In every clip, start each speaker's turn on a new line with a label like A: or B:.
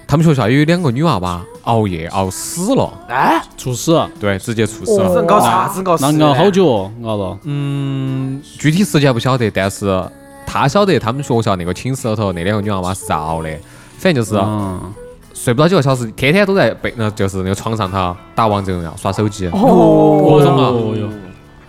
A: 他们学校有两个女娃娃熬夜熬死了，
B: 哎，
C: 猝死，
A: 对，直接猝死了。
B: 这搞啥子搞事？
C: 那熬啊好。久哦，熬了，
A: 具体时间不晓得，但是她晓得他们学校那个寝室里头那两个女娃娃是咋熬的，反正就是。
C: 嗯，
A: 睡不到几个小时，天天都在被那就是那个床上头打王者荣耀、耍手机，
D: 哦
A: 各种啊，
C: 哦哟，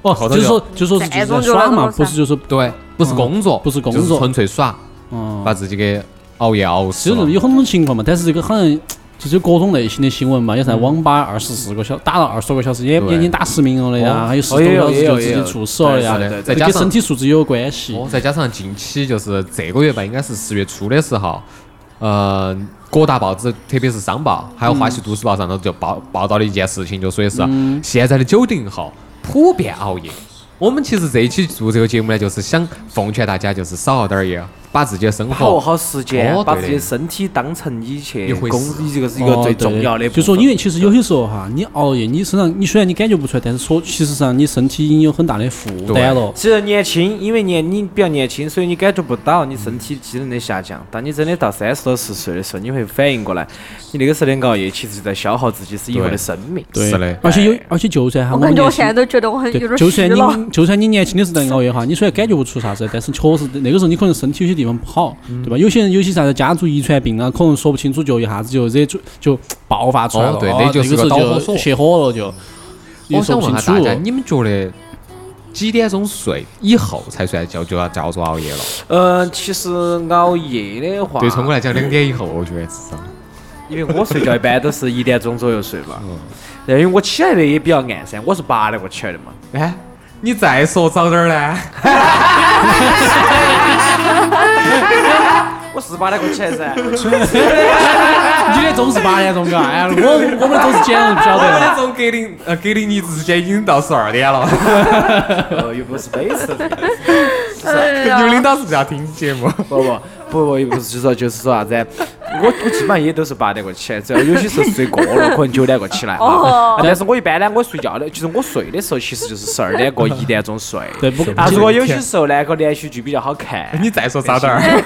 C: 哦，
A: 头
C: 就是
A: 就
C: 说，就说是就是在耍嘛，不是就是说，
A: 对，不是工作，
C: 嗯不是工
A: 就
C: 作
A: 纯粹耍，
C: 嗯，
A: 把自己给熬夜熬
C: 其
A: 死
C: 实
A: 了。
C: 有很多情况嘛，但是这个好像就是有各种类型的新闻嘛，有在网吧二十四个小打了二十多个小时，也
A: 对
C: 也已经打失明了的呀，
A: 哦
C: 还有十
B: 哦
C: 多
B: 也
C: 个
B: 有
C: 小时
B: 也有
C: 就直
B: 也
C: 接
B: 有
C: 猝死了呀
A: 对是的，
C: 这
A: 再加
C: 跟
A: 上
C: 身体素质也有关系。
A: 哦，再加上近期就是这个月吧，应该是十月初的时候，呃，各大报纸，特别是商报，还有花西都市报上头就报报道了一件事情，就说的是啊
C: 嗯
A: 现在的九零后普遍熬夜。我们其实这一期做这个节目呢，就是想奉劝大家，就是少熬点儿夜，把自己的生
B: 把握
A: 活
B: 好时间
A: 哦，
B: 把
A: 对
B: 自
A: 的
B: 己的身体当成你去
A: 一回
B: 工
A: 事，
B: 这个是一个
C: 哦
B: 最
C: 对
B: 重要的部分。
C: 就说，因为其实有些时候哈，你熬夜，你身上你虽然你感觉不出来，但是说其实上你身体已经有很大的负担了。
B: 其实年轻，因为年你比较年轻，所以你感觉不到你身体机能的下降。当你真的到三十多四十岁的时候，你会反应过来，你那个时候的熬夜其实就在消耗自己死以后的
A: 对
B: 生命。
C: 对，
A: 是的
C: 而且有，而且就算哈，
D: 我
C: 们
D: 感觉我
C: 年轻
D: 现在都觉得我很有
C: 对，
D: 点
C: 就
D: 虚
C: 算
D: 了。
C: 你就算你年轻的时候在熬夜哈，你虽然感觉不出啥子，但是确实那个时候你可能身体有些地方不好，对吧？有些人有些啥子家族遗传病啊，可能说不清楚，就一下子就惹出就爆发出来了。
A: 哦对
C: 啊
A: 那
C: 那
A: 就是
C: 时候
A: 个导火
C: 就
A: 索
C: 泄火了，就也
A: 我想
C: 说不
A: 问
C: 清
A: 下大家，
C: 楚。
A: 你们觉得几点钟睡以后才算叫就要叫做熬夜了？
B: 嗯、其实熬夜的话，
A: 对，从我来讲，两点以后我觉得是啊。
B: 因为我睡觉一般都是一点钟左右睡 嘛，然后因为我起来的也比较暗噻，我是八点过起来的嘛。
A: 哎，你再说早点儿呢？
B: 我是八点过起来噻，
C: 你的钟是八点钟嘎，哎，我我们的钟是几点钟不晓得了。
A: 从格林呃格林尼治之间已经到十二点了，
B: 呃，又不是每次的，
D: 哎呀
A: 有领导是不是要听节目？
B: 不不不不，又不是就说就是说啥子，我我基本上也都是八点过起来，只要有些时候睡过了，可能九点过起来嘛。
D: 哦
B: 但是我一般呢，我睡觉的，就是我睡的时候，其实就是十二点过一点钟睡。
C: 对，不，
B: 啊，如果有
A: 天
B: 些时候呢，个连续剧比较好看，
A: 你再说早点儿，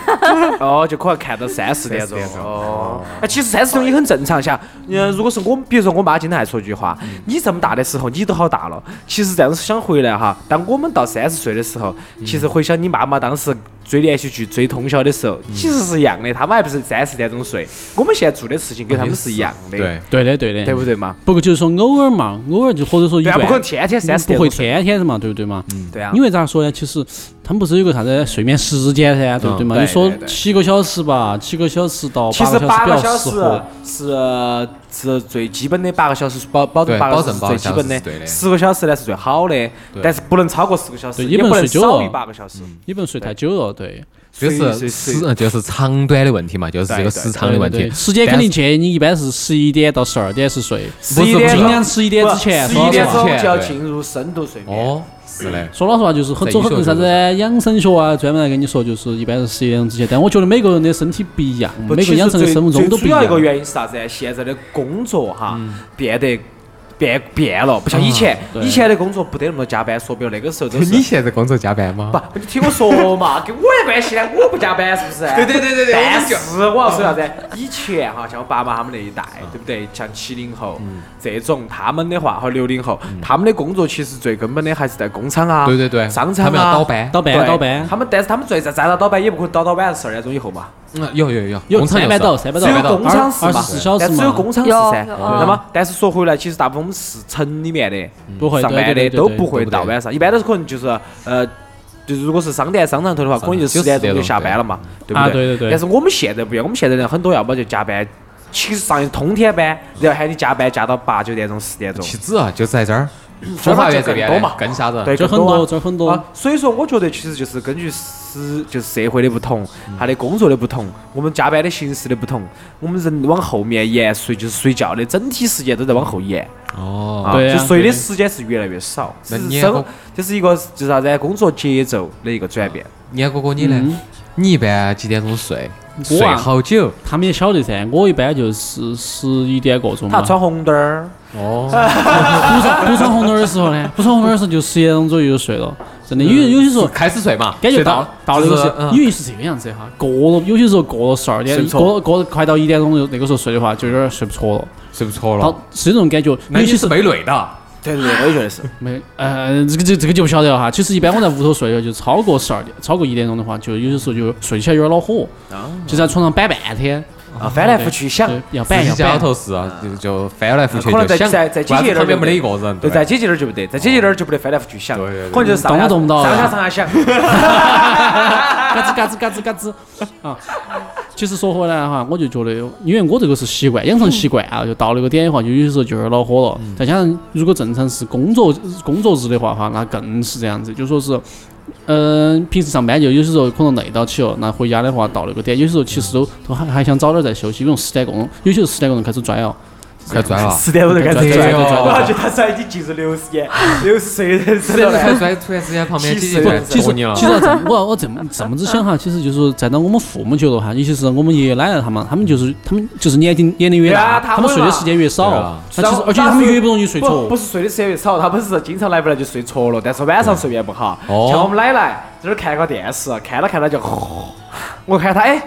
B: 哦，就可能看到三四点钟
A: 三四点。钟
B: 哦，哎，其实三四点钟也很正常，像，嗯，如果是我，比如说我妈经常还说一句话，你这么大的时候，你都好大了。其实这样子想回来哈，当我们到三十岁的时候，其实回想你妈妈当时追连续剧、追通宵的时候，其实是一样的，他们还不是三四点钟睡。我们现在做的事情跟他们是一样的，，
A: 对，
C: 对的对
B: 对
C: 的。
B: 不对嘛？
C: 不过就是说偶尔嘛，偶尔就或者说一
B: 对啊，
C: 般
B: 不可能天天三十
C: 不
B: 点
C: 会
B: 钟睡。
C: 天天的嘛，对不对嘛？
B: 对啊，
C: 因为咋说呢？其实他们不是有个啥子睡眠时间噻，对不对嘛？
B: 嗯
C: 你说
B: 对对对
C: 七个小时吧，七个小时到
B: 其
C: 哦八
B: 实
C: 个
B: 八个
C: 比
B: 小
C: 较适
B: 时
C: 合。
B: 是是最基本的，八个小时是保保证
A: 对
B: 八个
A: 保
B: 小
A: 证
B: 时
A: 八
B: 最
A: 个
B: 基
A: 小
B: 本
A: 时是对的
B: 十个小时呢是最好的，但是不能超过十个小时，
C: 对
B: 也
C: 也不能
B: 能
C: 睡久
B: 少于
C: 了
B: 八个小时。
C: 你不能睡太久了，对，
A: 就
B: 睡
A: 是
B: 睡
A: 时呃就是长短的问题嘛，就是这个时长的问
C: 对
A: 题
C: 对。时间肯定建议你一般是十一点到十二点是睡，
B: 11
A: 不是
B: 点
A: 不
C: 尽
A: 是
C: 量十一点之前。
B: 十
C: 说老实
B: 一点
C: 话
B: 钟就要
A: 对
B: 进入深度睡眠。
A: 哦，是的，
C: 说老实话，就是很走很啥子养生学啊，专门来跟你说，就是一般是十一点钟之前。但我觉得每个人的身体不一样，
B: 不
C: 每
B: 嗯其
C: 个
B: 实
C: 养生的
B: 最
C: 生物钟都
B: 最
C: 不
B: 主
C: 一
B: 要一个
C: 样。啊
B: 原因是啥子呢？现在的工作哈变得变变了，不像以前，
C: 对
B: 以前的工作不得那么多加班，说不定那个时候都是
A: 你。现在工作加班吗？
B: 嗯不，你听我说嘛， 跟我有关系呢，我不加班是不是？对对对对对。但是我要说啥子？
A: 嗯
B: 以前哈，像我爸妈他们那一代，对不对？像七零后
A: 嗯
B: 这种，他们的话和六零后，他们的工作其实最根本的还是在工厂啊，
A: 对对对，
B: 商场啊，
A: 他们要倒班，
C: 倒班
B: 对
C: 倒班
B: 他们但是他们最在再到倒班也不可能倒到晚上十二点钟以后嘛，
A: 嗯，有有有，
C: 有
A: 工厂
C: 三
A: 有
C: 百
A: 是吧
C: 斗，三百斗，
B: 只有工厂是
C: 二十
B: 嘛
C: 四小时
B: 但
C: 嘛，
B: 只有工厂是
D: 有
B: 噻。
D: 有
B: 那么，但是说回来，其实大部分我们是城里面的，
C: 嗯不会
B: 上
C: 对
B: 班
C: 对
B: 的
C: 对
B: 都
C: 对
B: 不会
A: 对
B: 到晚上，一般都是可能就是呃，就是如果是商店商场头的话，可能就
A: 商
B: 十
A: 场
B: 点钟
A: 10
B: 就下班了嘛，对不
C: 啊对对对
B: 但是我们现在不一样，我们现在人很多，要么就加班，其实上通天班，然后喊你加班加到八九点钟、十点钟，
A: 岂止啊，就在这儿，中
B: 这儿
A: 华
B: 嘛
A: 园
B: 就
A: 这边
B: 更多嘛
A: 的更吓人。
B: 对，
C: 这儿
B: 更
C: 很
B: 多啊
C: 多，这儿很多
B: 啊。所以说，我觉得其实就是根据社就是社会的不同，
C: 嗯
B: 他的工作的不同，我们加班的形式的不同，我们人往后面延睡就是睡觉的整体时间都在往后延。
A: 哦，
B: 啊，
C: 对啊
B: 就睡的
C: 对
B: 时间是越来越少，
A: 那
B: 是
A: 你也
B: 生
A: 好
B: 这是一个就是啥子工作节奏的一个转变。
A: 年哥哥你
C: 嗯
A: 呢？你一般几点钟睡？
C: 我
A: 睡
C: 啊
A: 好久？
C: 他们也晓得噻，我一般就是十一点过钟
B: 他
C: 嘛。
B: 要闯红灯儿，
A: 哦，
C: 不穿不穿红灯儿的时候 呢，不穿红灯儿的时候就十点钟左右就睡了，真的，
A: 嗯
C: 因为有些时候。
A: 开始睡嘛，
C: 感觉
A: 睡
C: 到到那
A: 就
C: 个
A: 是
C: 时
A: 嗯
C: 候，因为是这个样子的哈，过了有些时候过了十二点
B: 睡，不着
C: 过了过了快到一点钟就那个时候睡的话，就有点睡不着了。
A: 睡不着
C: 到
A: 了。
C: 是这种感觉，
A: 那
C: 有
A: 你
C: 些
A: 是
C: 时候
A: 没累的，
B: 对对对，我也觉得是。
C: 没呃，这个这个这个就不晓得了哈。其实一般我在屋头睡的话，就超过十二点，超过一点钟的话，就有些时候就睡起来有点恼火，
A: 啊
C: 就在床上摆半天，
B: 啊，翻来覆去想，
C: 对要
A: 自
C: 摆
A: 己
C: 要
A: 家
C: 摆
A: 里。头是啊就就翻来覆去
B: 可能在
A: 就想，
B: 在在机器
A: 关键
B: 那儿
A: 旁边
B: 就
A: 没得一个人，
B: 对，
A: 吧
B: 在姐姐那儿就不得，在姐姐那儿就不得翻来覆去想，
A: 对对对
B: 可能就是上下
C: 动都动不啊到
B: 上下
C: 了
B: 上下想。。
C: 嘎吱嘎吱嘎吱嘎吱啊！其实说回来的话，我就觉得，因为我这个是习惯，养成习惯啊，就到那个点的话，就有些时候就有点恼火了。再加上如果正常是工作工作日的话，哈，那更是这样子，就说是。嗯、平时上班就有些时候可能累到起了，那回家的话到那个点，有些时候其实都都还还想早点再休息，因为十点过钟，有些时候十点过钟开始拽了，
A: 快拽了
B: 十点我就开始
C: 对
B: 转
C: 对对
B: 我还觉得他虽然已经进入六十年、六十岁的人
A: 突
B: 生
A: 然
B: 了呢，
A: 突然突然之间，旁边
B: 其
A: 姐
B: 实
A: 姐
B: 不
A: 在
B: 其
A: 揍你了
C: 其。实要这么我我这么这么子想哈，其实就是站到我们父母角度哈，尤其是我们爷爷奶奶他们，他们就是他们就是年龄年龄越
B: 对啊
C: 大，
B: 他们
C: 他们睡的时间越
A: 嘛
B: 啊
C: 少，那其实而且
B: 当
C: 他们
B: 时
C: 越不容易睡
B: 不
C: 着
B: 不。是睡的时间越少，他们是经常来不来就睡着了，但是晚上睡眠不好。
A: 哦
B: 像我们奶奶在那儿看个电视，看了看了就， 我看她哎，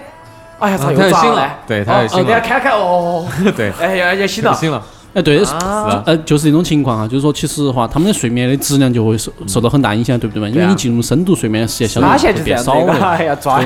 B: 哎呀，咋
A: 她
B: 又
A: 又
B: 咋
A: 醒
B: 了
A: 了？对她又醒了
B: 人家看看哦，
A: 对，
B: 哎呀，也醒了。
A: 醒了，
C: 哎，对，是
B: 啊
C: 呃，就是这种情况哈，就是说其实的话，他们的睡眠的质量就会受受到很大影响，对不对嘛？因
B: 嗯对
C: 为
B: 啊
C: 你进入深度睡眠的时间相
B: 他现
C: 对
B: 在
C: 会
B: 就这
C: 变
B: 样子
C: 少
B: 的，
C: 了。
B: 哎呀，抓！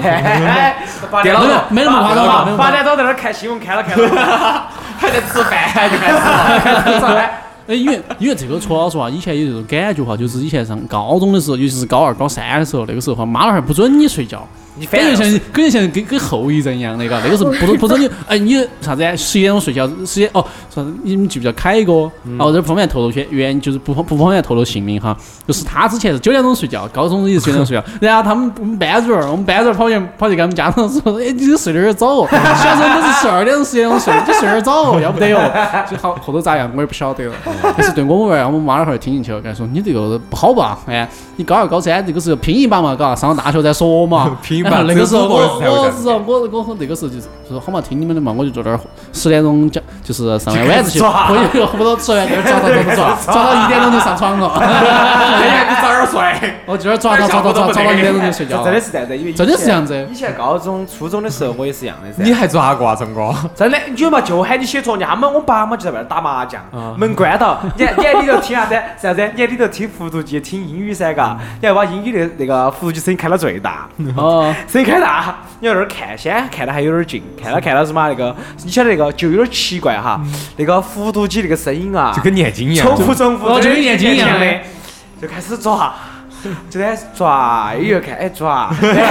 B: 八点
C: 没有没那么夸张吧没那么夸张
B: 八点钟在那儿看新闻，看了看了，还在吃饭，就开始了，开始吃饭。
C: 哎，因为因为这个说老实话，以前有这种感觉哈，就是以前上高中的时候，尤其是高二、高三的时候，那个时候哈，妈老汉儿不准你睡觉，
B: 你反
C: 感觉
B: 正
C: 像感觉像跟跟后遗症一样的，嘎，那个是不准不准你，哎，你啥子啊？十一点钟睡觉，十一哦，啥子？你们记不记得凯哥？哦，这不方便透露些原，就是不方不方便透露姓名哈。就是他之前是九点钟睡觉，高中也是九点钟睡觉，然后他们我们班主任，我们班主任跑去跑去跟我们家长说，哎，你这睡得有点早哦，小时候都是十二点钟、十点钟睡，你睡得有点早哦，要不得哦。就好后头咋样，我也不晓得了。但是对我们而言，我们妈老汉儿听进去了，跟他说你这个不好吧？哎，你高二、高三这个是拼一把嘛，嘎，上了大学再说嘛。
A: 拼一把
C: 然后那个时
A: 只有
C: 候
A: 中
C: 我
A: 国人才会这
C: 我
A: 样
C: 是啊我我我那个时候就是说好嘛，听你们的嘛，我就坐那儿十点钟讲，就是上完晚自习，回去又不多吃完，就是抓 抓抓抓抓，抓到一点钟就上床了。
B: 哎呀，你早点睡。
C: 我今儿抓到抓到抓 抓到一点钟就睡觉
B: 真的
C: 了。
B: 是这样子，因为以前
C: 真的是这样子
B: 以前高中、初中的时候，我也是一样的噻。
A: 你还抓过啊，陈哥？
B: 真的，你嘛就喊你写作业，他们我爸妈就在外头打麻将，
C: 啊
B: 门关到，你还你还里头听啥子？啥子？你还里头听复读机，听英语噻，嘎，
C: 嗯
B: 你还把英语的那个复读机声音开到最大，
C: 哦，
B: 声音开大，你要在那儿看，先看的还有点近，看了看了是嘛那个，你晓得那个就有点奇怪哈，
C: 嗯
B: 那个复读机那个声音啊，
A: 就跟念经一样
B: 重，复重复，
C: 哦
B: 真
C: 就
B: 的
C: 跟眼睛一样
B: 的，就开始抓，就在抓，又看哎抓， 在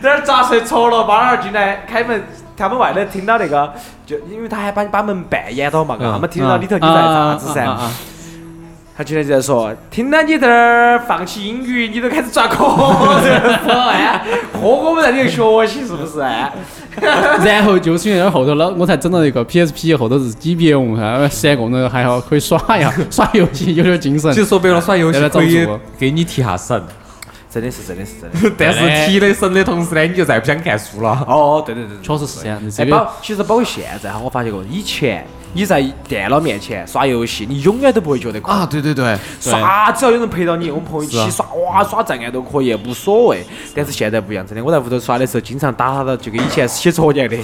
B: 那儿抓睡着了，妈老汉儿进来开门，他们外头听到那个，就因为他还把把门半掩到嘛，
A: 嗯
B: 他们听到里头你在啥子噻
C: 啊，啊啊
B: 他进来就在说，听到你在那儿放弃英语，你都开始抓瞌 睡了，哎， 和我们在里头学习是不是？哎
C: 啊然后就是因为那儿后头老，我才整到一个 PSP，后头是 GBM，哎时间过了还好可以耍一 下，耍游戏有点精神
A: 其。实说白了，耍游戏
C: 要来找
A: 可以
C: 主播
A: 给你提下神，
B: 真的是，真的是，真的。
A: 但是提了神的同时呢，你就再也不想看书了。
B: 哦，对对对对。
C: 确实是这样子，
B: 哎，
C: 这个
B: 包其实包括现在哈，我发现过，以前你在电脑面前耍游戏，你永远都不会觉得困。
A: 啊，对对对，
B: 耍只要有人陪到你，我们朋友一
A: 是
B: 起
A: 啊
B: 耍，哇，耍障碍都可以，无 所谓。但是现在不一样，真的，我在屋头耍的时候，经常打他到就跟以前写作业的，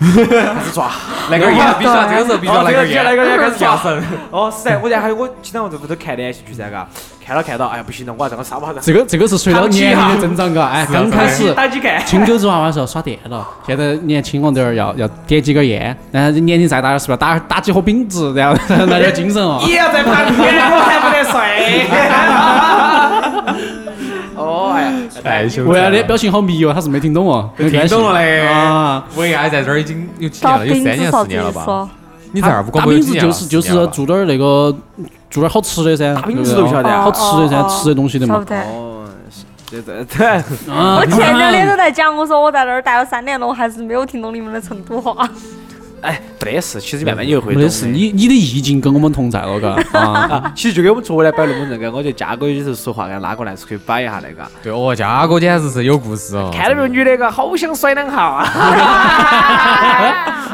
B: 开始抓，
A: 来根 烟，必须哦要这个时候必须要来根
B: 来
A: 烟，
B: 根烟 开始抓
A: 养生。
B: 哦，是的，我然后还有我经常在屋头看连续剧噻，嘎，看了看到，哎呀不行了，我要这个沙发上
C: 这个这个是随着年龄的增长，嘎，哎，刚开始
B: 打几看，
C: 青狗子娃娃的时候耍电了，现在年轻了点儿要要点几根烟，然后年龄再大点儿是不是要打打几盒饼子， 然后来点精 神哦。
B: 也要在旁边，我还不得 睡。 哦哎呀，
A: 太羞
C: 为啥的表情好迷哦，他是没听懂哦，没
A: 听
C: 关系
A: 懂了嘞
C: 啊。
A: 为爱在这儿已经有几年
D: 大
A: 了，有
D: 饼
A: 三
D: 子
A: 年
D: 啥
A: 四
D: 子意
A: 年了
D: 思
A: 吧？
D: 哦？
A: 你在二五
C: 打
A: 广播有
C: 饼
A: 几
C: 子
A: 年了？
C: 就是就
A: 四年
C: 是
A: 了吧
C: 做点儿那个做点儿好吃的噻，
B: 打饼子都不晓得啊
C: 好吃的噻，吃的东西的
D: 哦晓
C: 嘛
D: 不。得。
B: 哦，这这 这，
C: 啊
D: 我前两天都在讲，我说我在那儿待了三年了，我还是没有听懂你们的成都话。
B: 哎，没得事，其实慢慢就会
C: 没
B: 懂
C: 得事，你你的意境跟我们同在了， 嘎啊。
B: 啊，其实就跟我们昨天摆龙门阵，跟我觉得嘉哥有些时候说话，跟拉过来是可以摆一下那个。
A: 对哦，嘉哥简直是有故事哦。
B: 看到没有，女的个好想甩两下 啊，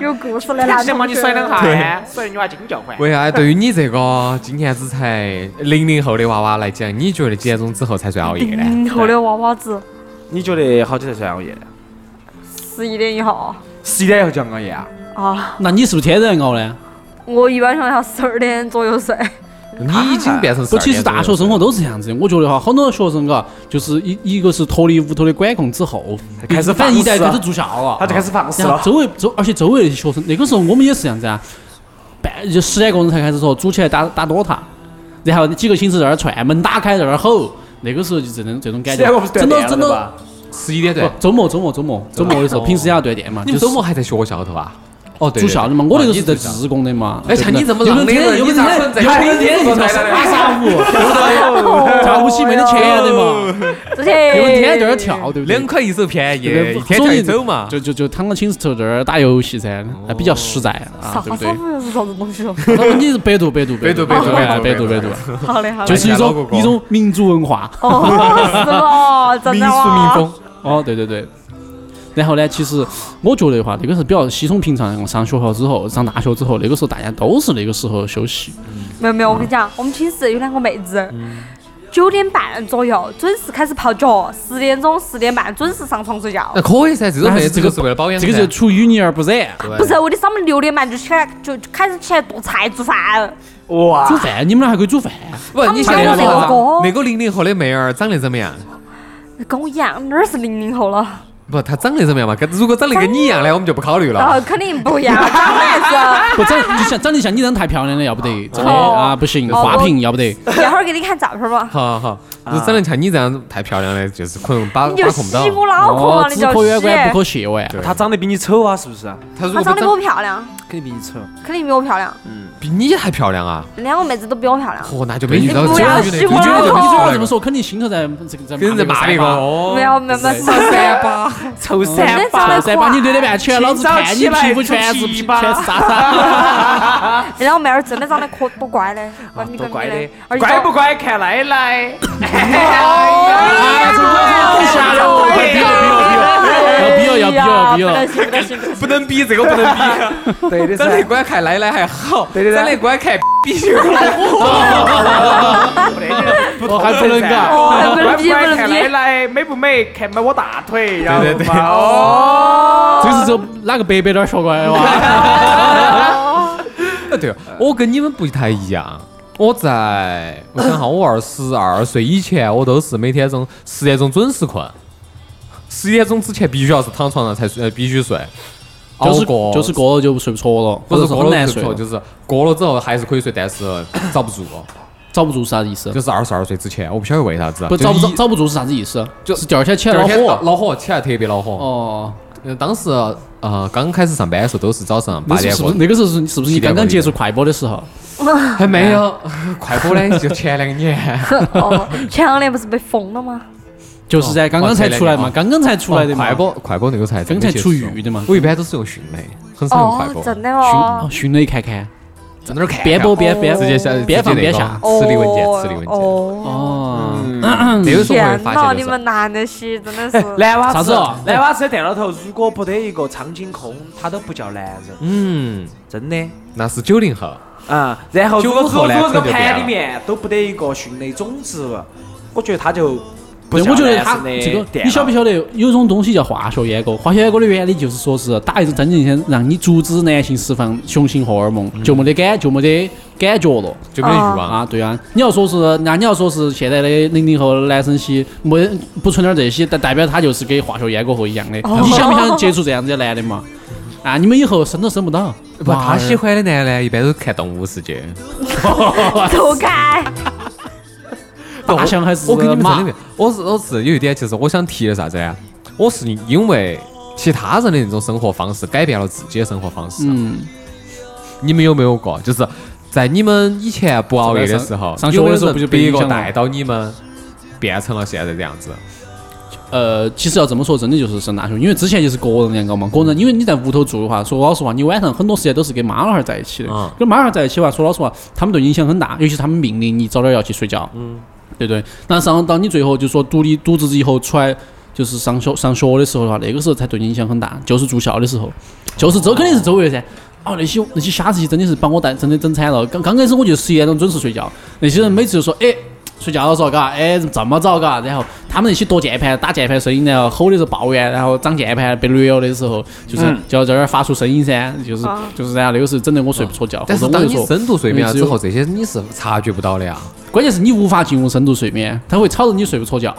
D: 有故事的
B: 好
D: 男
B: 想把
D: 同
B: 你甩两
D: 学，
B: 下哎，甩得你娃惊叫唤。
A: 为啥对于你这个今年子才零零后的娃娃来讲，你觉得几点钟之后才算熬夜呢？
C: 嗯
D: 零后的娃娃子，
B: 你觉得好久才算熬夜？
D: 十一点以后
B: 十一点以后就要熬夜啊？
D: 啊，
C: 那你是不是天天熬呢？
D: 我一般上要十二点左右睡。
A: 你已经变成
C: 不，其实大学生活都是这样子的。我觉得哈，很多学生嘎，就是一一个是脱离屋头的管控之后，
B: 开始
C: 反正一代
B: 放肆了
C: 开始住校了，
B: 他就开始放肆
C: 然后
B: 了。
C: 周围周，而且周围那些学生，那个时候我们也是这样子啊，半就十来个人才开始说组起来打打 DOTA，然后几个寝室在那儿串，门打开在那儿吼，那个时候就这种这种感觉
B: 现在我们是，断
C: 真的
B: 电了
C: 真
B: 对
C: 的
B: 吧。？
A: 十一点
C: 不
A: 对。
C: 周末周末周末周末的时候，平时也要断电嘛，
A: 哦你们
C: 就是
A: 周末还在学校头啊？哦，对，
C: 住校的嘛，我那个是在
A: 职。
C: 职工的嘛。
A: 哎像你这么
C: 有
A: 浪
C: 人
A: 的
C: 天
A: 人
C: 有
A: 你
C: 人
A: 咋
C: 天
A: 可能在
C: 有
A: 家
C: 人
A: 里
C: 天
A: 坐
C: 天
A: 在那
C: 耍
A: 里
C: 啥舞，跳舞起没得钱的嘛，
D: 之
C: 哦有人天天
D: 前
C: 在那儿跳，对不对？
A: 哎两块一手便宜，
C: 对
A: 哎
C: 不对
A: 一天就一走嘛。
C: 就就就躺到寝室头这儿打游戏噻，还比较实在啊，
D: 啥
C: 对不
D: 啥
C: 对？
D: 子是啥子东西哦？
C: 那你是百度百度
A: 百度
C: 哎
A: 百
C: 百
A: 度
C: 度
A: 百
C: 百
A: 度
C: 度，
D: 好嘞好嘞
C: 就。是一种一种民族文化。
D: 哦，是哦，真
A: 民
D: 的
C: 啊
A: 俗民
D: 哇。
A: 风，
C: 哦，对对对。然后呢，其实我觉得的话，那个是比较稀松平常。上学校之后，上大学之后，那个时候大家都是那个时候休息。
D: 没有没有，我跟你讲，我们寝室有两个妹子，九点半左右准时开始泡脚，十点钟、十点半准时上床睡觉
B: 哎
A: 那。可以噻，这种妹
C: 但
A: 子
C: 是
A: 这
C: 这
A: 个
C: 个
A: 是为了保养噻，
C: 这个就出淤泥而不染。
D: 不是，我的嗓门六点半就起来，就就开始起来剁菜做饭。
B: 哇
C: 煮，饭，你们俩还可以煮饭。
A: 不，你
D: 他
A: 现
D: 们
A: 在
D: 教我
C: 啊
D: 那个
A: 说
D: 歌
A: 那个零零后的妹儿长得怎么样？
D: 跟我一样，哪儿是零零后了？
A: 不，她长得怎么样嘛？跟如果长得跟你一样的，我们就不考虑
D: 然后
A: 了。
D: 肯定不一 样，当然
C: 不长就像长得像你这样太漂亮了，要不得，真的
D: 哦
C: 啊不行，
D: 哦
C: 花
D: 我
C: 瓶要不得。
D: 是。一会儿给你看照片 吧，
A: 好好，如果长得像你这样太漂亮的，就是可能把
D: 你就
A: 把控不到
D: 洗。我脑壳
C: 哦
D: 嘛，，你
C: 只
D: 就
C: 可远观不
D: 洗。
C: 可亵玩。
A: 对
B: 他长得比你丑啊，是不是？
A: 她如
D: 她
A: 果
D: 长得比
A: 长
D: 我漂亮，
B: 肯定比你丑。
D: 肯定比我漂亮。
A: 比你还漂亮啊，
D: 两个妹子都比我漂
B: 哦
D: 亮。
A: 嚯，那就没遇到
D: 你不要
A: 丑女的
D: 欺
A: 你
D: 负我
A: 觉得
C: 你
A: 就没遇
D: 哦
C: 听
A: 到
C: 我
A: 那
C: 这么
A: 个
C: 说，肯定心头在这个在
A: 跟人在骂那个，
C: 吧。
A: 哦
D: 没有没有没有，
A: 三八，
B: 臭
C: 嗯
B: 三
D: 真的
B: 八
D: 长，
C: 再
D: 得
C: 再把你六点半哎起来，啊老子看你皮肤全是
B: 清
C: 皮
B: 早起来
C: 全是渣渣。
D: 那两个妹儿真的长得可多乖嘞，乖你
B: 哦多
D: 乖
B: 乖
D: 你嘞，
B: 的，
D: 而且
B: 乖不
D: 长
B: 乖看奶奶。
C: 哎，这个吓人哦！快逼
D: 哎
C: 了，逼了，逼了，要逼了，要逼了，要逼了。
D: 呀不能行不能行
A: 不能比这个不能比，
B: 对的
A: 长得乖看奶奶还好，
B: 对对对
A: 长得乖看比球。
C: 我还不能干
D: 哦还不
B: 乖
D: 能
B: 不
D: 比不
B: 乖
D: 能
B: 看
D: 比
B: 奶奶，美不美看摸我大腿，然后
A: 对对对
B: 嘛哦，
C: 这是走哪个白白点儿学过来的哇？
A: 哎，对，我跟你们不太一样。我在我想哈，我二十二岁以前，我都是每天中十点钟准时困，十点钟之前必须要是躺床上才睡，呃必须睡。
C: 就是
A: 熬哦过
C: 就是过了就睡不着了，
A: 不
C: 或者
A: 是
C: 是
A: 过
C: 很
A: 了
C: 难
A: 之
C: 睡
A: 后，，啊就是过了之后还是可以睡，但是遭不住。
C: 遭不住是啥子意思
A: 就？是二十二岁之前，我不晓得为啥子。
C: 不
A: 啊就
C: 遭不
A: 一
C: 着，遭不住是啥子意思？
A: 就是
C: 第二天起
A: 第
C: 来
A: 二
C: 恼
A: 天恼
C: 火。啊
A: 恼火，起来特别恼火。
C: 哦，
A: 呃当时呃刚开始上班的时候都是早上
C: 那
A: 八
C: 是
A: 点
C: 不是
A: 过，
C: 那个时候是是不是
A: 七
C: 你
A: 点
C: 刚
A: 过
C: 刚
A: 的
C: 接触快播的时候？
A: 还没有
C: 啊
A: 快播的就前两年。
D: 哦，前两年不是被封了吗？
C: 就是噻，刚刚才出来嘛，
A: 哦
C: 刚刚才出来的嘛。
A: 快播快播那个才
C: 刚才出狱的嘛
A: 我一般都是用迅雷，很少用快
D: 哦
A: 播，，
D: 真的
C: 哦
D: 哦，。
C: 寻了一看看，
A: 在那儿看
C: 边播边边
A: 直接下
C: 边放边下。
A: 吃力文件，吃力文件。
D: 哦，
C: 哦，
A: 这个时候我会
D: 天
A: 发
D: 哪，
A: 现
D: 你
A: 就是
D: 们男的些真的是，
B: 男娃
C: 啥子
B: 子
C: 哦，
B: 男娃子在电脑头，如果不得一个苍井空，他都不叫男人，
A: 嗯，
B: 真的。
A: 那是九零后，
B: 啊，然后
A: 九
B: 如果
A: 五
B: 如
A: 后
B: 果
A: 呢可能就
B: 这个
A: 变
B: 盘
A: 了
B: 里面都不得一个迅雷种子，我觉得他就不
C: 对，
B: 像
C: 我觉得
B: 男
C: 他
B: 生的
C: 这个，
B: 电
C: 你晓不
B: 脑
C: 晓得有种东西叫化学阉割？化学阉割的原理就是说是打一针针进去，让你阻止男性释放雄性荷尔
B: 嗯
C: 蒙，就没得感，就没得感觉了。
A: 就没有欲望了。
C: 啊，对啊，你要说是，那你要说是现在的零零后男生些没不存点这些，但代表他就是跟化学阉割后一样的。你想不想接触这样子的男的嘛？啊，你们以后生都生不到。
A: 不，
C: 娃
A: 他
C: 儿
A: 喜欢的男呢，一般都看《动物世界
D: 走开！
C: 大象还是
A: 我跟你们
C: 马
A: 真的没有，我是我是有一点，其实我想提的啥子啊？我是因为其他人的那种生活方式改变了自己的生活方式。
C: 嗯，
A: 你们有没有过，就是在你们以前不熬夜的时候，
C: 上上学
A: 有没有
C: 的时候不就
A: 人
C: 被
A: 别
C: 影响
A: 个
C: 了
A: 带到你们，变成了现在这样子？
C: 呃，其实要这么说，真的就是上大学，因为之前就是个人两个嘛，个人，因为你在屋头住的话，说老实话，你晚上很多时间都是跟妈老汉儿在一起的
A: 嗯，
C: 跟妈老汉儿在一起的话，说老实话，他们对影响很大，尤其他们命令你早点要去睡觉，嗯，对不对？那上到你最后就说独立独自以后出来。就是上学上学的时候的话，那个时候才对你影响很大，就是住校的时候，就是周肯定是周围噻。哦，那些那些瞎子真的是把我带真的整惨了。刚刚开始我就十一点钟准时睡觉，那些人每次就说，哎，睡觉了嗦，嘎，哎，这么早，嘎，然后他们那些夺键盘、打键盘声音，然后吼的时候抱怨，然后长键盘被虐了的时候，就是就要在那儿发出声音噻，就是
D: 啊
C: 就是，然后那个时候整得我睡不着觉，
A: 但
C: 或
A: 是
C: 者我
A: 当
C: 就
A: 你
C: 说，
A: 深度睡眠了
C: 因
A: 之
C: 为只有
A: 后，这些你是察觉不到的呀。
C: 关键是你无法进入深度睡眠，它会吵得你睡不着觉。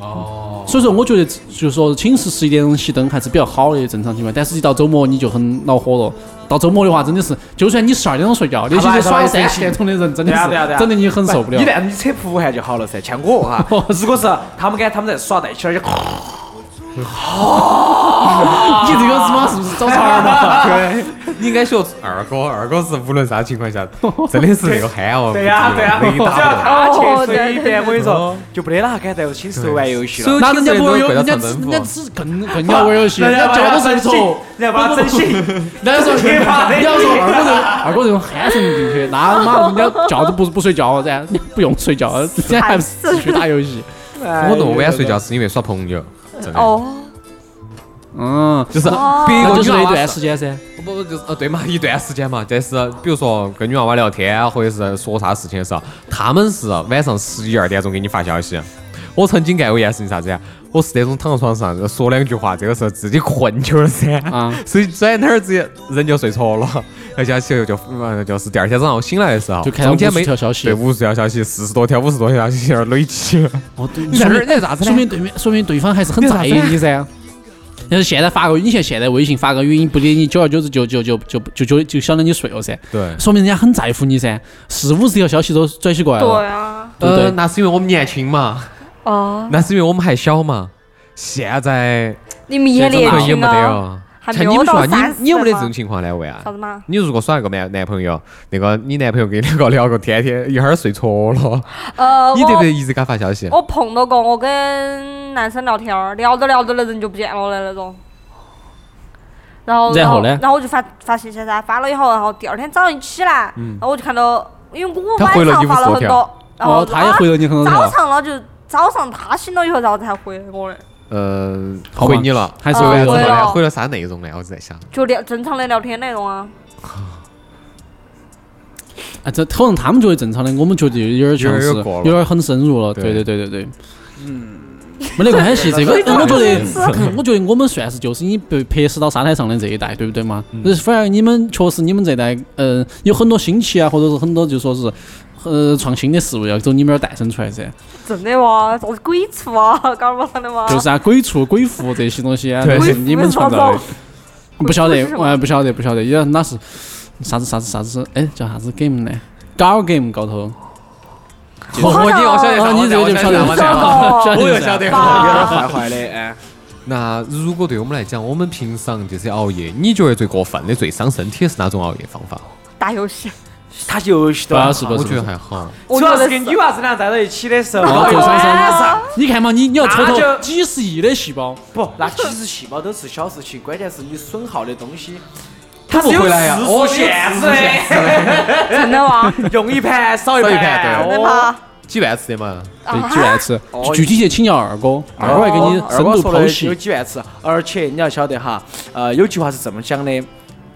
C: 哦，所以说我觉得就是说寝室十一点钟熄灯还是比较好的正常情况，但是一到周末你就很恼火了。到周末的话，真的是就算你十二点钟睡觉，那
B: 好吧
C: 些就耍
B: 好吧
C: 三系统的人真的
B: 对啊对啊对
C: 是
B: 啊
C: 整得你很受不了哦
B: 你。但你扯不完就好了噻，像我哈，如果是他们跟他们在耍在一起了，就
C: 你这个他妈是不是啊找茬儿嘛？
B: 啊 对啊
A: 你应该学二哥，二哥是无论啥情况下，真的是那个憨哦。
B: 对呀对呀，
A: 没
B: 只要
A: 打不动
B: 他去
D: 哦
B: 睡一
D: 对
B: 点，我跟你
C: 哦
B: 说就没得哪个敢在我寝室玩游戏
A: 所
B: 了
A: 有。
C: 那人家
A: 寝室
C: 不
A: 都
C: 会
A: 是
C: 有，
A: 跪到
C: 人家
A: 床
C: 只
A: 头
C: 人
A: 不
C: 家只更
A: 啊
C: 更要玩游戏，人
B: 人家
C: 家觉
B: 把
C: 得
B: 他
C: 睡
B: 整
C: 不
B: 醒
C: 着，，
B: 人家把他 整醒。
C: 人家说
B: 你妈的
C: 人家说二哥这个二哥这种憨神进去，那妈人家觉都不不睡觉噻，你不用睡觉，人家还不是继续打游戏。
A: 我那么晚睡觉是因为耍朋友，真的。
D: 哦，
C: 嗯，
A: 就是
D: 哦
A: 别
C: 那
A: 个
C: 就是
A: 女娃
C: 那一
A: 娃
C: 段
A: 是
C: 时间噻。
A: 不不就是呃对嘛，一段时间嘛。但是比如说跟女娃娃聊天啊，或者是说啥事情的时候，他们是晚上十一二点钟给你发消息。我曾经干过一件事情啥子呀？我是那种躺在床上说两句话，这个时候自己困球了噻，
C: 啊
A: 所以转天儿直接人就睡着了，而且起来就嗯就是第二天早上我醒来的时候，
C: 就看到
A: 中间没
C: 50条消息
A: 对五十条消息，四十多条、五十多条消息在那儿累积了。
C: 哦，对，
A: 你在这儿你在咋子呢
C: 说明对面，说明对方还是很在意你噻。但是现在发个，你像现在微信发个语音不理你，久而久之就就就就就就就晓得你睡了噻，
A: 对
C: 说明人家很在乎你噻，四五十条消息都转起过来了
D: 对。啊，
C: 对不对
A: 呃，那是因为我们年轻嘛，
D: 哦，
A: 那是因为我们还小嘛。现在
D: 你们也
A: 现在
D: 年
A: 可能也
D: 轻
A: 没得
D: 啊，
A: 了。
D: 还没
A: 像你
D: 有
A: 们
D: 到
A: 说，
D: 三十。
A: 你你有没得这种情况呢？喂啊
D: 啥？子嘛？
A: 你如果耍一个男男朋友，那个你男朋友跟那个聊个天天，一会儿睡着了，
D: 呃，
A: 你对不
D: 我
A: 对？一直给他发消息？
D: 我碰到过，我跟男生聊天儿，聊着聊着那人就不见了的那种。然后，
C: 然
D: 然
C: 后呢
D: 然后我就发发信息噻，发了以后，然后第二天早上一起来，
C: 嗯
D: 然后我就看到，因为我
A: 他
D: 晚
A: 回了
D: 上
A: 你
D: 发了
A: 54
D: 很
A: 条
D: 多，然后
C: 哦，他也回了你很多
D: 早
C: 条，
D: 上了就早上他醒了以后，然后才回我的，
A: 呃，
C: 好吧
A: 回你了，
C: 还是
D: 哦
C: 为
A: 回
D: 回
C: 了
D: 了
A: 了，回了啥内容呢？我是在想，
D: 就聊正常的聊天内容啊。
C: 啊，这可能他们觉得正常的，我们觉得有点像是
A: 有点过了
C: 有点很深入了。对
A: 对
C: 对对对对，嗯，没得关系，这 个我觉得，我觉得我们算是就是已经被迫使到沙滩上的这一代，对不对嘛？
A: 嗯
C: 但是反而你们确实你们这一代，嗯，有很多新奇啊，或者是很多就说是。呃，创新的事物要走你们那儿诞生出来噻，
D: 真的哇，啥子鬼畜啊， 搞不上的哇。
C: 就是啊，鬼畜、鬼父这些东西啊，
A: 对
C: 都是
D: 鬼 父
C: 你们
D: 是啥
C: 创造 的
D: 子。
C: 不晓
D: 鬼
C: 得
D: 父是，什么
C: 我不晓得，不晓得，也那是啥子啥子啥子？哎，叫啥子 game 呢 g a r game 高头，
D: 我 好
A: 我
D: 像
A: 你我晓得
C: 哦
A: 啥？
C: 你这个就
A: 晓
C: 晓
A: 得
C: 得
A: 啥？我晓得啥。
D: 哦
A: 我
B: 啊
A: 又晓得
D: 哇
B: 有点坏坏的，哎，
A: 那如果对我们来讲，我们平常这些熬夜，你觉得最过分的、最伤身体的是哪种熬夜方法？
D: 打游戏，
B: 打游戏
C: 不
B: 都
C: 要是不
A: 我
C: 是
A: 觉
C: 不
A: 得
C: 是。
A: 还好。
D: 我
B: 主
D: 觉
B: 要
D: 得
B: 是跟女娃子俩待到一起的时候，
C: 哦，最伤
D: 哎
C: 身
D: 呀。
C: 你看嘛，你你要抽
B: 那
C: 头
B: 就
C: 几十亿的细胞，
B: 不，那其实细胞都是小事情，关键是你损耗的东西，它是
A: 不
B: 有
A: 回来呀
B: 时
A: 哦
B: 速限制的，
D: 真的
C: 哦
D: 哇，
B: 用一盘少一
A: 少一盘
D: 真的
B: 哦
D: 吗？
A: 几万次的嘛，
C: 对，
D: 啊
C: 几万次
B: 哦。
C: 具体去请教二哥，二哥来给你
B: 二
C: 深
B: 哥
C: 度
B: 说了
C: 剖
B: 有
C: 析。
B: 几万次，而且你要晓得哈，呃，有句话是这么讲的，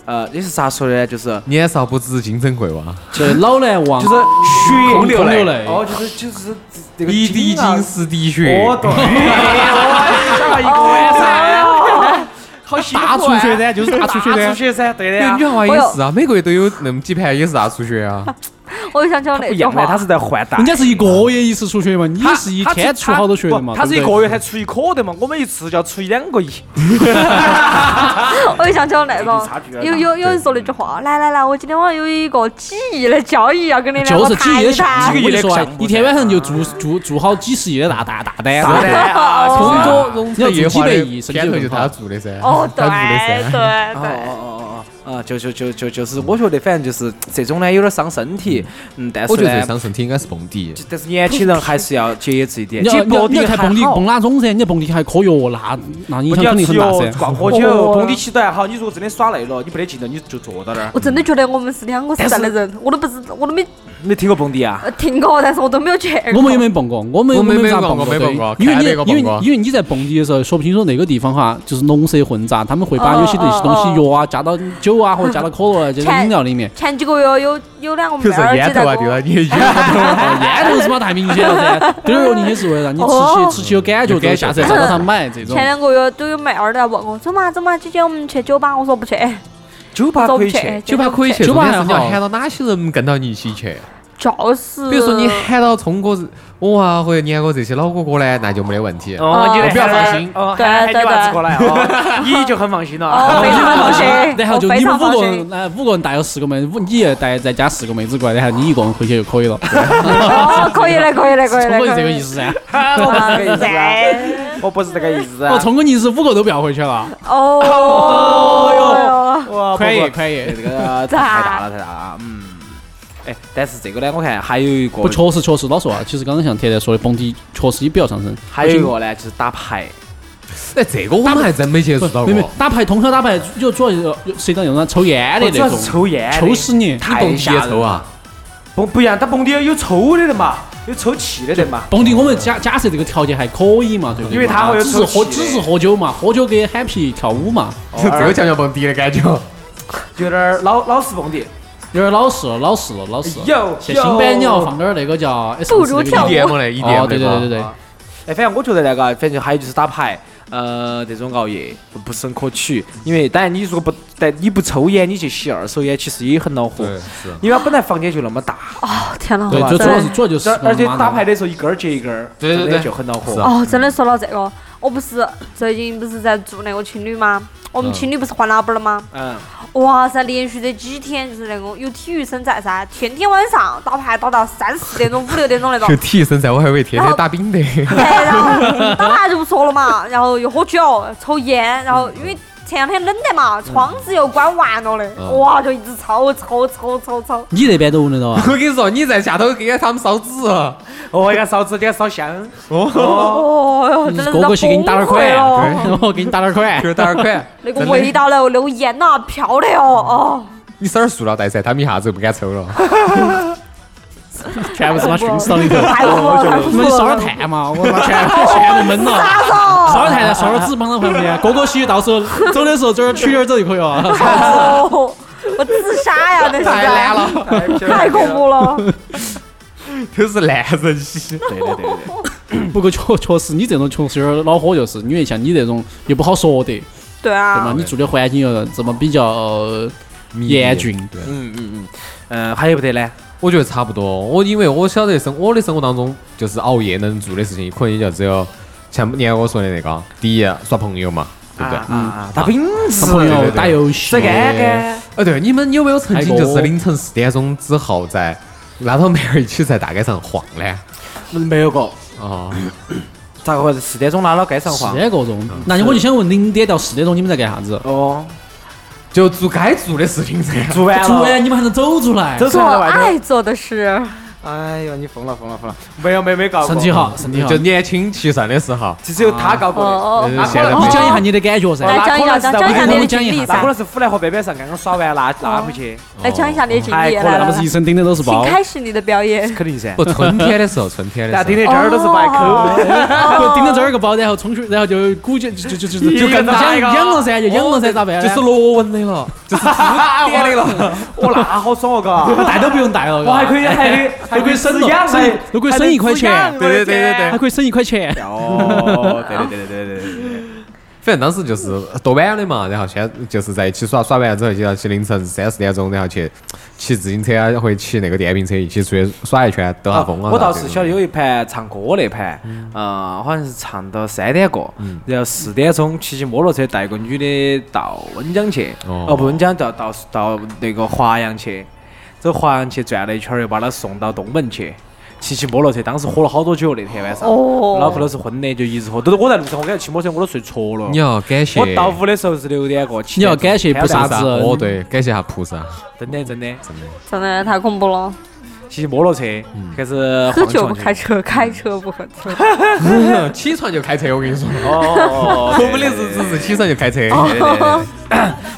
B: 呃，也是咋说的呢？就是
C: 嗯
A: 年少不知金珍贵哇，
C: 就是老来忘，
B: 就是血
C: 空
B: 流
C: 流
B: 泪，
C: 泪
B: 哦，就是就是这个
A: 一滴
B: 啊
A: 金是滴血。
B: 哦，对，哇一个晚上，好辛苦啊
C: 哦大出血噻，就是大出血
B: 大
C: 噻
B: 出。血噻，对的
A: 对
B: 呀
A: 女。汉娃
D: 我
A: 也
D: 有
A: 是啊，每个月都有那么几盘也是大出血啊。
D: 我就想起了
B: 不
D: 那
B: 一
D: 句
B: 样的，
D: 话，
B: 他是在换代
C: 人。家是一个月一次出血嘛，你
B: 他
C: 是一天出好多血的嘛，
B: 他是一
C: 对不
B: 个
C: 对
B: 月才出一颗的嘛，我们一次就要出一两个亿。
D: 我就想起了那
B: 差距
D: 种
B: 很大
D: 有有有人说那句话，来来来，我今天晚上有一个几亿的交易要跟你两
C: 就
D: 个
C: 是几
D: 谈
C: 亿
D: 一
C: 的项目，我跟你
D: 谈
B: 谈
C: 说啊
B: 啊，
C: 一天晚上就做做做好几十亿的大大大单
B: 啥
C: 子，
B: 的啊，
D: 哦
C: 通
B: 哦
C: 过融
A: 你要
C: 资做
A: 月
C: 几
A: 华
C: 百
A: 的
C: 亿，甚
A: 片头就
C: 至
A: 是他做的�噻，
D: 哦，对
A: 他做的噻。
D: 对
B: 哦
D: 对，
B: 哦哦，啊，就就就就就是，我觉得反正就是这种呢，有点伤身体，嗯，但是
A: 我觉得这
B: 呢，
A: 伤身体应该是蹦迪，
B: 但是年轻人还是要节制一点。
C: 你要
B: 其实
C: 你要你要看
B: 还
C: 蹦迪
B: 好
C: 蹦哪种噻？你要蹦迪还可以哦，那那影
B: 不
C: 响
B: 你
C: 肯定
B: 要吃哦
C: 很大噻
B: 药、。 逛
D: 哦
B: 喝酒，蹦迪起都还好。你如果真的耍累了，你没得劲了，你就坐到那儿。
D: 我真的觉得我们是两个时代的人，我都不知我都没
B: 没听过蹦迪啊？
D: 呃听过，但是我都没有去哎过。
C: 我们也没蹦过，我们
A: 我们
C: 没
A: 没
C: 咋
A: 蹦
C: 蹦
A: 过没
C: 对
A: 蹦过
C: 因为
A: 看
C: 你
A: 别个
C: 因
A: 蹦过
C: 为因为你在蹦迪的时候说不清楚那个地方哈，就是龙蛇混杂，他们会把有些那些东西
D: 哦哦。
C: 药啊加到酒啊或者加到可乐啊加到饮料里面
D: 前几个月有有两个
A: 比
D: 妹
A: 如说
D: 儿
A: 烟
D: 就
A: 头
D: 在
A: 啊，
D: 跟
A: 对吧？
D: 我，
A: 你烟
C: 哦烟头是嘛太明显了噻，丢点儿油你也是为了让你
D: 哦
C: 吃起吃起有感觉，
A: 有
C: 之
A: 感觉
C: 后下次再找到他买这种
D: 前。两个月都有妹儿在问我，走嘛走嘛，姐姐我们去酒吧，我说不去，
B: 酒吧
D: 走
B: 可
D: 不
B: 以
D: 去哎
B: 去，，
A: 酒吧可以去，重
C: 酒吧
A: 点是你要
C: 还好
A: 喊到哪些人跟到你一起去。
D: 就是
A: 比如说你喊到聪哥我啊，或者年哥这些老哥哥呢，那就没得问题。
B: 哦，你
D: 哦
B: 就
D: 不要
B: 喊
A: 放心
B: 哦，
D: 对
B: 喊喊你
D: 对
B: 娃
D: 对
B: 子过来 哦，你就很放心
D: 哦
B: 了
D: 非。常放心
C: 然后就
D: 我非
C: 你们
D: 常
C: 五
D: 放
C: 个
D: 心
C: 人，哎，五个人带有四个妹，五你也带再加四个妹子过来，然后你一个人回去就可以了。
D: 哦，可以的可以的可以
C: 聪
D: 的，
C: 哥就这个意思噻。
B: 我不是这个意思啊，
D: 思。
B: 我不是这个意思啊
C: 哦，。聪哥你是五个都不要回去了，
D: 哦
B: 哇
C: 可
B: 不
C: 以
B: 不
C: 可以
B: 这。 个太大了太大了啊，嗯。哎，但是这个呢，我看还有一个
C: 不，，确实确实，老实话，啊其实刚刚像铁蛋说的，蹦迪确实也比较伤身。
B: 还有一个呢，就是打牌。
A: 哎，这个我们还真没接触到
C: 没没
A: 过。
C: 打牌，通宵打牌，就主要就是涉及到那种抽烟的
B: 主要
C: 那
B: 是
C: 种，
B: 抽烟的，
C: 抽死你！
B: 太
A: 蹦迪
B: 吓
A: 也
B: 人
A: 抽啊，
B: 不不一样，他蹦迪有抽的的嘛，有抽气的的嘛。
C: 蹦迪我们假假设这个条件还可以嘛，对不对嘛？
B: 因为他会有
C: 只是
B: 抽
C: 喝
B: 气
C: 只是喝酒嘛，喝酒给 happy 跳舞嘛，
A: 这个叫叫蹦迪的感觉。
B: 有点儿老老实蹦迪，
C: 有点老实了，老实了，老实了。
B: 有
C: 像新版你要放点儿那个叫 S
D: 不如跳舞
A: 一 DM 嘞，一
C: 哦
A: DM，
C: 对对对对对，
B: 哎，反正我觉得那个，反正还有就是打牌，呃，这种熬夜不是很可取，因为当然你如果不，但你不抽烟，你去吸二手烟，其实也很恼火。
A: 是。
B: 因为它本来房间就那么大，
D: 哦，天哪！
C: 对，
B: 啊吧
C: 就主要
D: 真
C: 是
D: 的
C: 主要就是
B: 而而且
C: 妈
B: 打
C: 的
B: 牌的时候一根儿接一根儿，
A: 对对
B: 真的
A: 对
B: 就很恼
A: 是
B: 火
A: 啊。
D: 哦，真的说到这个，我不是最近不是在做那个情侣吗？我们
A: 嗯
D: 情侣不是换老板了吗？
B: 嗯，
D: 哇塞，连续这几天就是那种有体育生在噻，天天晚上打牌打到三四点钟、五六点钟那种
A: 就。体育生噻，我还以为天天打饼的。
D: 哎然后打牌就不说了嘛，然后又喝酒、抽烟，然后因为前两天冷得嘛，窗子又关完了的，
A: 嗯
D: 哇，就一直抽抽抽抽抽。
C: 你那边都闻得到啊？
A: 我跟你说，你在下头给他们烧纸，
B: 哦，一个烧纸，给它烧 香。
D: 哦哟，真的是哦
C: 哥哥去给你打点儿
D: 崩溃了
C: 款，对我给你打点儿款
A: 就。是打点款。
D: 那个味道了，那个烟呐，啊飘的哟，哦，
A: 你塞点塑料袋噻，他们一下子就不敢抽了。
C: 全部是妈熏死到里 头。
D: 太恐怖了，太恐怖
C: 你烧点
D: 了
C: 儿，炭嘛，我把全全部闷了。
D: 啥子？
C: 烧点儿炭，烧点儿纸啊绑到旁 边，哥哥洗，到时候走的时候这儿取点儿走就可以了。
D: 哦，我自杀呀，那是
A: 太烂，了，
D: 太恐怖了。
A: 都是烂人洗。
B: 对的对的对的。
C: 不过确确实，你这种确实有点恼火，就是因为像你这种又不好说的，对
D: 对
C: 吗
D: 啊？，
C: 你住的环境又这么比较呃严峻，
A: 对。
B: 嗯嗯嗯，嗯，还有不得呢？
A: 我觉得差不多。我因为我晓得生我的生活当中，就是熬夜能做的事情，可能也就只有像年我说的那个，第一耍朋友嘛，对不对？
B: 啊啊啊！打饼
C: 耍
B: 子，
C: 朋
A: 对对
C: 友
A: 对
C: 打游戏，
B: 吃干干。
A: 哦，对，你们有没有曾经
C: 哎
A: 就是
C: 我
A: 凌晨四点钟之后在拉到妹儿一起在大街上晃呢？
B: 没有过，
A: 哦，
B: 咋个回事？四点钟拉到街上
C: 四
B: 晃？
C: 点过钟，那我就想问，零点到四点钟你们在干啥子？
B: 哦，
A: 就做该做的事情噻。
B: 做完了，
C: 做完你们还能走出来？
B: 走出
D: 做
B: 来了外头。
D: 爱做的事，
B: 哎呦，你疯了疯了疯了！没有没有没搞过，
C: 身体好，身体好。
A: 就
C: 你
A: 年轻气盛的时 候，
B: 这只有他搞过的。
D: 哦
A: 呃
D: 哦，
A: 现在不
C: 讲一下嗯你的感觉噻
B: 哦。
D: 来讲一下，讲讲一下你的经历
B: 那可
D: 噻
B: 能，是虎来河边边上刚刚耍完拉拉回去，
D: 来讲一下你的经历，
B: 哎
D: 来
B: 可
D: 来
C: 那不
D: 来
C: 是，一身顶的都是
D: 请
C: 包。
D: 开始你的表演。
B: 肯定噻。
A: 不春天的时候，春天的
B: 大家听
A: 时
B: 的这儿都是白 抠，
C: 就 盯着这儿个包，然后冲去，然后就估计就就就就就
B: 一个打
C: 痒
B: 一个
C: 痒了噻，就痒了噻，咋办
D: 哦
A: 候，就
C: 呢？
A: 是螺纹的了，就是
B: 点的了。我那好爽哦， 嘎！
C: 带都不用带了，
B: 我还可以，还可以，还
C: 都可以省了
B: 养，
C: 省都可以省一块钱
B: 啊
A: 对对对对
C: 还可以省一块钱。
B: 哦，对对对对对对对。
A: 反正当时就是多晚了嘛，然后先就是在一起耍，耍完之后就要去凌晨三四点钟，然后去骑自行车啊，或者骑那个电瓶车一起出去耍一圈，兜下风啊。
B: 我倒是晓得有一盘唱歌那盘，嗯，好像是唱到三点过，然后四点钟骑起摩托车带个女的到温江去，
A: 哦
B: 哦不，温江到到到那个华阳去，走华阳去转了一圈儿，又把她送到东门去。骑起摩托车，当时喝了好多酒，那天晚上，
D: 哦
B: 脑壳都是昏的，就一直喝。都是我在路上，我感觉骑摩托车我都睡着了。
A: 你要感谢，
B: 我到屋的时候是六点过，七
C: 你要
B: 点钟
C: 感谢
B: 天都
C: 菩萨
B: 亮
C: 子
B: 了
A: 哦对，感谢下菩 萨，
B: 真的真的，
D: 真的太恐怖了，
B: 骑摩托车开始
D: 喝
B: 晃
D: 酒不
B: 上去
D: 开。车，开车不喝酒。
A: 起床就开车，我跟你说，
B: 哦哦，哦
A: 我们的日子是起床就 开车。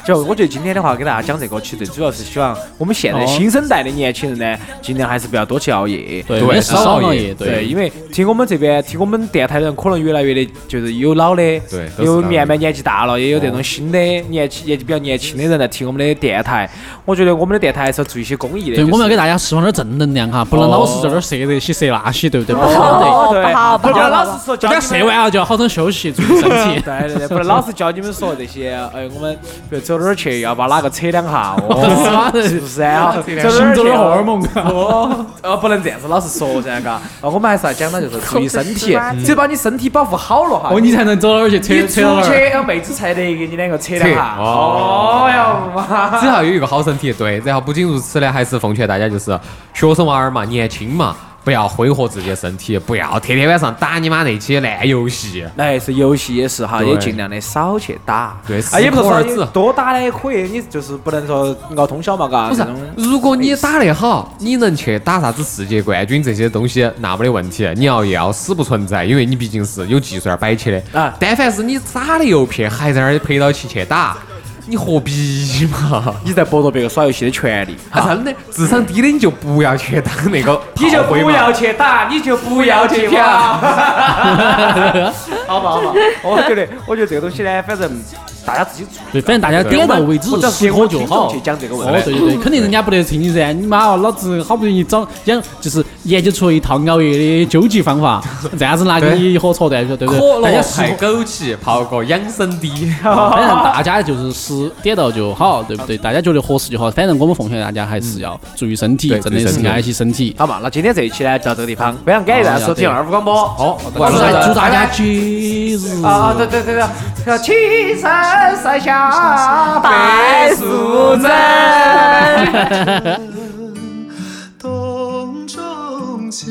B: 就我觉得今天的话，给大家讲这个，其实最主要是希望我们现在新生代的年轻人呢，尽量还是不要多去熬夜。
C: 对
A: 对
C: 没少
A: 少
C: 熬
A: 爷
C: 夜，
B: 对，
C: 对，
B: 因为听我们这边听我们电台的人，可能越来越的，就是有老的，
A: 对都是
B: 有
A: 老的
B: 慢慢年纪大了，也有这种新的年纪年纪比较年轻的人来听我们的电台。我觉得我们的电台还是要做一些公益的。
C: 对，哦我们要给
B: 大
C: 大家释放点正能量哈，不能老是在这儿射这些射那些，对不对？不好的，
D: 哦，
B: 对
D: 不好
B: 不
D: 不好
B: 要
D: 不
B: 老
D: 好，
B: 是说
C: 大
B: 教
C: 家
B: 你
C: 射
B: 们。
C: 完了就要好生休息，注意身体
B: 对对对，不能老是教你们说这些，哎，我们比如走哪儿去，要把哪个扯两下，哦，是不是啊？走哪
C: 行
B: 儿
C: 走
B: 去，
C: 的荷尔 蒙，
B: 哦，哦，不能这样子，老是说噻，嘎。哦，我们还是要讲到就是注意身
D: 口齿
B: 体
D: 不干，
B: 只有把你身体保护好了哈。
C: 哦，你才能走哪儿去
B: 你
C: 扯扯
B: 出
C: 到哪儿。
B: 去，让妹子才得给你两个扯两下。
A: 扯哦
B: 哦哟 妈！
A: 只要有一个好身体，对。然后不仅如此呢，还是奉劝大家，就是学生娃儿嘛，年轻嘛，不要挥霍自己的身体，不要天天晚上打你妈那些烂游戏。
B: 来是游戏也是哈，
A: 对
B: 啊也尽量的少去打。
A: 对
B: 啊，也不是
A: 适可
B: 说
A: 而止
B: 多打呢也可以，你就是不能说熬通宵嘛，嘎。
A: 不是
B: 这种，
A: 如果你打得好，你能去打啥子世界冠军这些东西，那没得问题。你要要死不存在，因为你毕竟是有技术要摆起的。
B: 啊
A: 但凡是你打得又撇，还在那儿陪到起去打，你何必嘛？
B: 你在剥夺别个耍游戏的权利。
A: 啊，真的，智商低的你就不要去当那个炮
B: 你就
A: 灰
B: 不
A: 嘛
B: 要去打，你就不要去飘。好吧，好 吧，我觉得，我觉得这个东西呢，反正大家自己做。
C: 对，反正大家点到为止
B: 我，只要
C: 适可就好。
B: 去讲这个问
C: 哦，
B: 题。
C: 对对对，肯定人家不得听你噻！你妈哦，老子好不容易找讲，就是研究出了一套熬夜的究极方法，这样子拿给你一火戳断，对不
A: 可
C: 对？大
A: 乐
C: 家适
A: 派枸杞泡个养生滴，
C: 反正大家就是是点到就好，对不对？大家觉得合适就好。反正我们奉劝大家还是要注意身体，
A: 嗯对
C: 真
A: 注
C: 的
A: 意身
C: 是
A: 体
C: 爱惜身体。
B: 好嘛，那今天这一期呢，就到这个地方。非常感谢大家收听二五广播。好，
C: 祝大祝大家节日
B: 啊，对对对啊对，青山山下白素贞。
E: 洞中千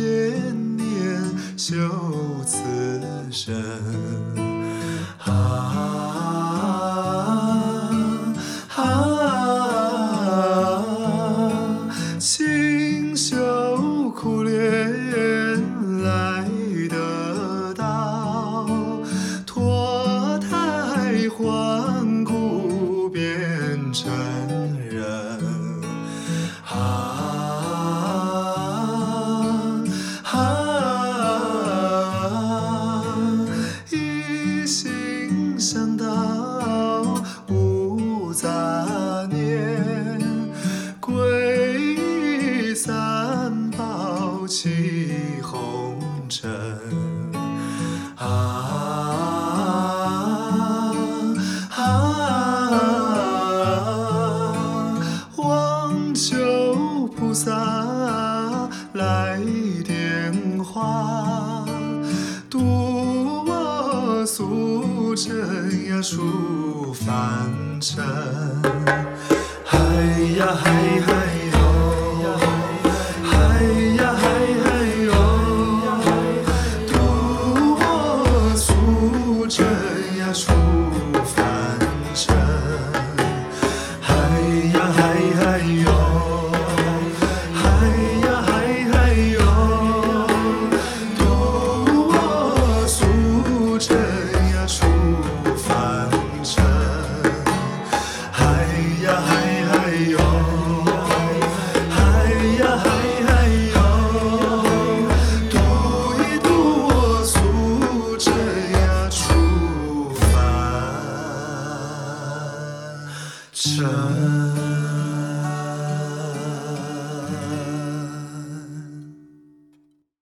E: 年修此身。啊啊！勤修苦练来得到，脱胎换骨变成人。啊啊！一心向道无杂念，皈依三宝起红尘。啊啊啊！望求菩萨来点化，度我俗尘呀，除凡尘。嗨呀嗨嗨哟，嗨呀嗨嗨哟。渡我俗尘呀，出凡尘。嗨呀嗨嗨哟，嗨呀嗨嗨哟。深。